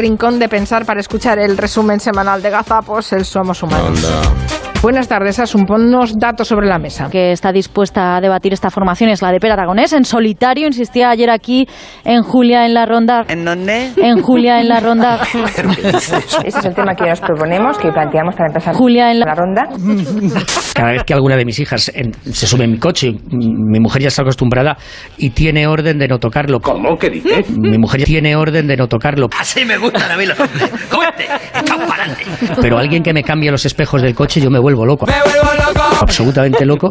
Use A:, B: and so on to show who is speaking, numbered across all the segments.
A: rincón de pensar para escuchar el resumen semanal de Gazapos, el Somos Humanos. Buenas tardes, Asun. Ponnos datos sobre la mesa.
B: que está dispuesta a debatir esta formación es la de Per Aragonés. En solitario, insistía ayer aquí en Julia en la ronda.
C: ¿En dónde?
B: En Julia en la ronda.
D: Ese es el tema que nos proponemos, que planteamos para empezar
B: Julia en la-
D: la ronda.
E: Cada vez que alguna de mis hijas en- se sube en mi coche, mi mujer ya está acostumbrada y tiene orden de no tocarlo.
F: ¿Cómo? ¿Qué dices?
E: Mi mujer tiene orden de no tocarlo.
C: Así me gustan a mí los hombres. ¡Cómete! ¡Echa para adelante!
E: Pero alguien que me cambie los espejos del coche, yo me vuelvo loco. Absolutamente loco.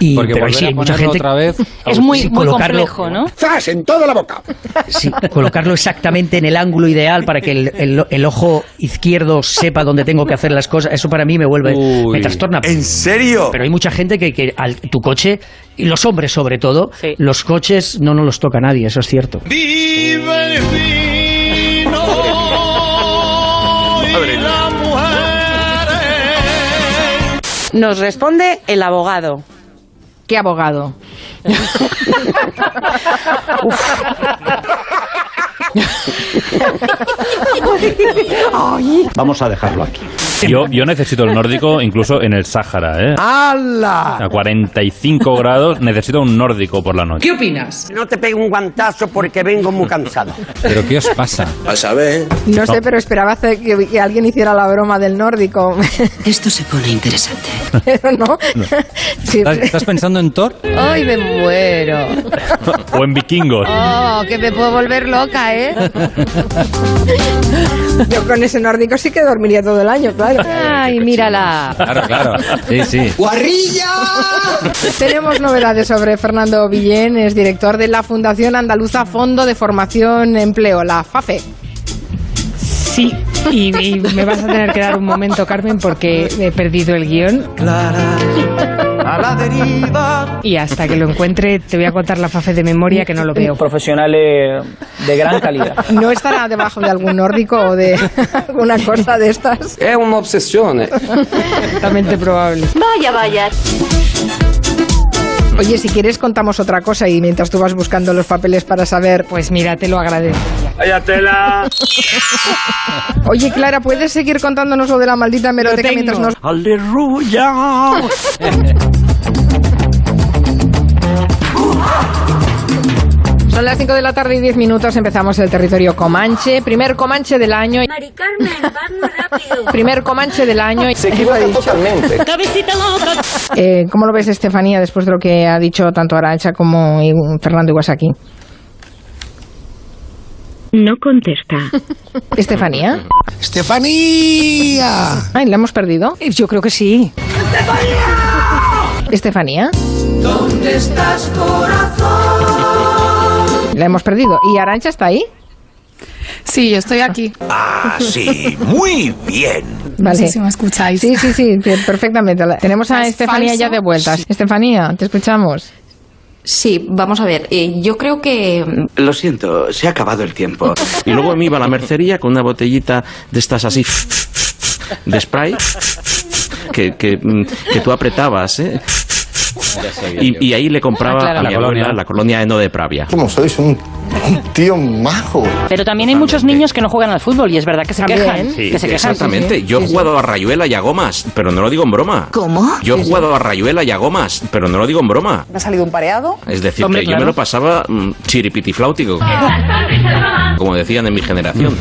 E: Y,
G: Porque
E: pero ahí
G: volver
E: sí,
G: a
E: hay mucha
G: ponerlo
E: gente.
G: otra vez.
B: Es muy,
E: sí,
B: muy
E: colocarlo-
B: complejo, ¿no?
F: ¡Zas! En toda la boca.
E: Sí, colocarlo exactamente en el ángulo ideal para que el, el- el ojo izquierdo sepa dónde tengo que hacer las cosas. Eso para mí me vuelve.
G: Uy.
E: Me trastorna.
F: serio?
E: Pero hay mucha gente que, que al- tu coche, y los hombres sobre todo,
B: Sí.
E: los coches no nos los toca nadie, eso es cierto.
C: Nos responde el abogado.
A: ¿Qué abogado?
F: Vamos a dejarlo aquí.
H: Yo, yo necesito el nórdico incluso en el Sáhara, ¿eh? A 45 grados necesito un nórdico por la noche.
C: No te pego un guantazo porque vengo muy cansado.
G: ¿Pero qué os pasa?
F: A saber.
A: No sé, pero esperaba hacer que, que alguien hiciera la broma del nórdico.
C: Esto se pone interesante.
A: pero no. Sí.
G: ¿Estás, estás pensando en Thor?
I: Ay, me muero.
H: O en vikingos.
I: Oh, que me puedo volver loca, ¿eh?
A: Yo con ese nórdico sí que dormiría todo el año, claro.
I: Ay, mírala.
G: Claro, claro. Sí, sí.
A: Tenemos novedades sobre Fernando Villén, es director de la Fundación Andaluza Fondo de Formación Empleo, la FAFE.
I: Sí, y, y me vas a tener que dar un momento, Carmen, porque he perdido el guión. Y hasta que lo encuentre, te voy a contar la fase de memoria que no lo veo.
J: Profesionales de gran calidad.
A: ¿No estará debajo de algún nórdico o de alguna cosa de estas?
G: Es una obsesión. eh.
A: Altamente probable.
B: Vaya, vaya.
A: Oye, si quieres contamos otra cosa y mientras tú vas buscando los papeles para saber...
I: Pues mira, te lo agradezco.
F: ¡Váyatela!
A: Oye, Clara, ¿puedes seguir contándonos lo de la maldita meroteca
I: tengo.
A: mientras nos...
F: ¡Aleluya!
A: Son las 5 de la tarde y 10 minutos, empezamos el territorio Comanche, primer Comanche del año...
K: Mari Carmen, vas muy rápido.
A: Primer Comanche del año...
J: Se equivoca totalmente.
A: Eh, ¿Cómo lo ves, Estefanía, después de lo que ha dicho tanto Arancha como I- Fernando Iguasaki?
K: No contesta.
A: Estefanía.
F: ¡Estefanía!
A: Ay, ¿la hemos perdido?
I: Eh, Yo creo que sí.
A: Estefanía. ¿Dónde estás, corazón? La hemos perdido. ¿Y Arancha está ahí?
I: Sí, yo estoy aquí.
F: Ah, sí, muy bien.
A: Vale.
I: escucháis.
A: Sí, sí, sí, que- perfectamente. La- Tenemos a
I: ¿Es
A: Estefanía
I: falso?
A: ya de vuelta. Estefanía, te escuchamos.
K: Sí, vamos a ver. eh, yo creo que mm,
C: Lo siento, se ha acabado el tiempo.
J: Y luego me iba a la mercería con una botellita de estas así de spray que, que, mm, que tú apretabas, ¿eh? Y, y ahí le compraba
B: Ah, claro.
J: a mi
G: La
J: abuela
G: colonia.
J: la colonia Eno de Pravia.
F: Como sois un, un tío majo.
B: Pero también hay muchos niños que no juegan al fútbol y es verdad que se
A: También.
B: quejan.
A: Sí,
B: que se quejan.
J: Exactamente. Yo he jugado a Rayuela y a Gomas, pero no lo digo en broma.
C: ¿Cómo?
J: Yo he jugado a Rayuela y a Gomas, pero no lo digo en broma.
D: Me ha salido un pareado.
J: Es decir,
B: Hombre,
J: que
B: claro.
J: yo me lo pasaba mm, chiripitifláutico. Como decían en mi generación.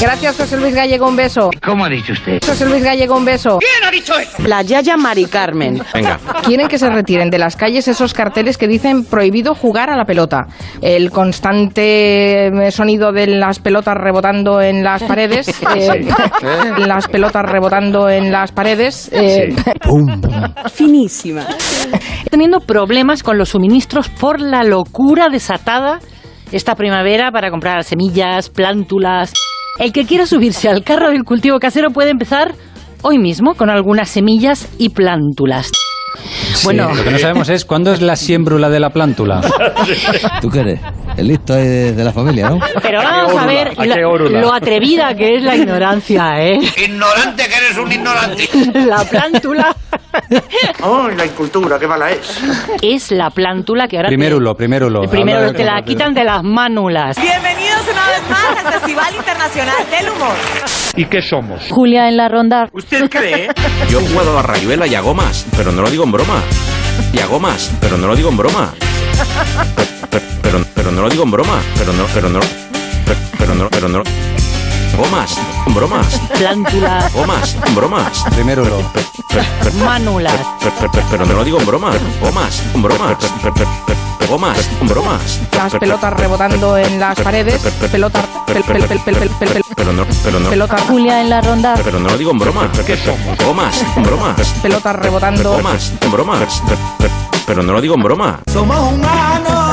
A: Gracias, José Luis Gallego, un beso.
C: ¿Cómo ha dicho usted?
A: José Luis Gallego, un beso.
C: La Yaya Mari Carmen.
J: Venga.
A: Quieren que se retiren de las calles esos carteles que dicen prohibido jugar a la pelota. El constante eh, sonido de las pelotas rebotando en las paredes. eh, Las pelotas rebotando en las paredes. eh,
C: Finísima.
B: Teniendo problemas con los suministros por la locura desatada esta primavera para comprar semillas, plántulas. El que quiera subirse al carro del cultivo casero puede empezar hoy mismo con algunas semillas y plántulas. Bueno,
G: Lo que no sabemos es cuándo es la siembrula de la plántula.
J: ¿Tú qué eres? El listo de, la familia, ¿no?
B: pero vamos a ver
H: ¿A qué
B: la-
H: órula?
B: lo atrevida que es la ignorancia, ¿eh?
C: Ignorante que eres un ignorante.
B: La plántula
L: Oh, la incultura, qué mala es.
B: Es la plántula que ahora... te-
G: Primero lo, primero lo.
B: Primero te la quitan de las mánulas.
M: Bienvenidos una vez más al Festival Internacional del Humor.
J: ¿Y qué somos?
B: Julia en la ronda.
L: ¿Usted cree?
J: Yo he jugado a Rayuela y a Gomas, pero no lo digo en broma. Y a Gomas, pero no lo digo en broma. Pero, pero, pero no lo digo en broma. Pero no, pero no. Pero, pero no, pero no. Gomas, bromas.
B: Plántulas.
J: Gomas, bromas. Primero lo.
B: Mánulas.
J: Pero no lo digo en broma. Gomas, bromas. Gomas, bromas.
A: Las pelotas rebotando en las paredes. Pelota. Pel, pel, pel, pel, pel, pel, pel,
J: Pero no, pero no.
A: pelota.
B: Julia en la ronda.
J: Pero no lo digo en broma. ¿Qué somos? Gomas, bromas.
A: Pelota rebotando.
J: Bromas, bromas. Pero no lo digo en broma.
M: Somos humanos.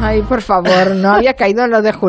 A: Ay, por favor, no había caído en lo de Julián.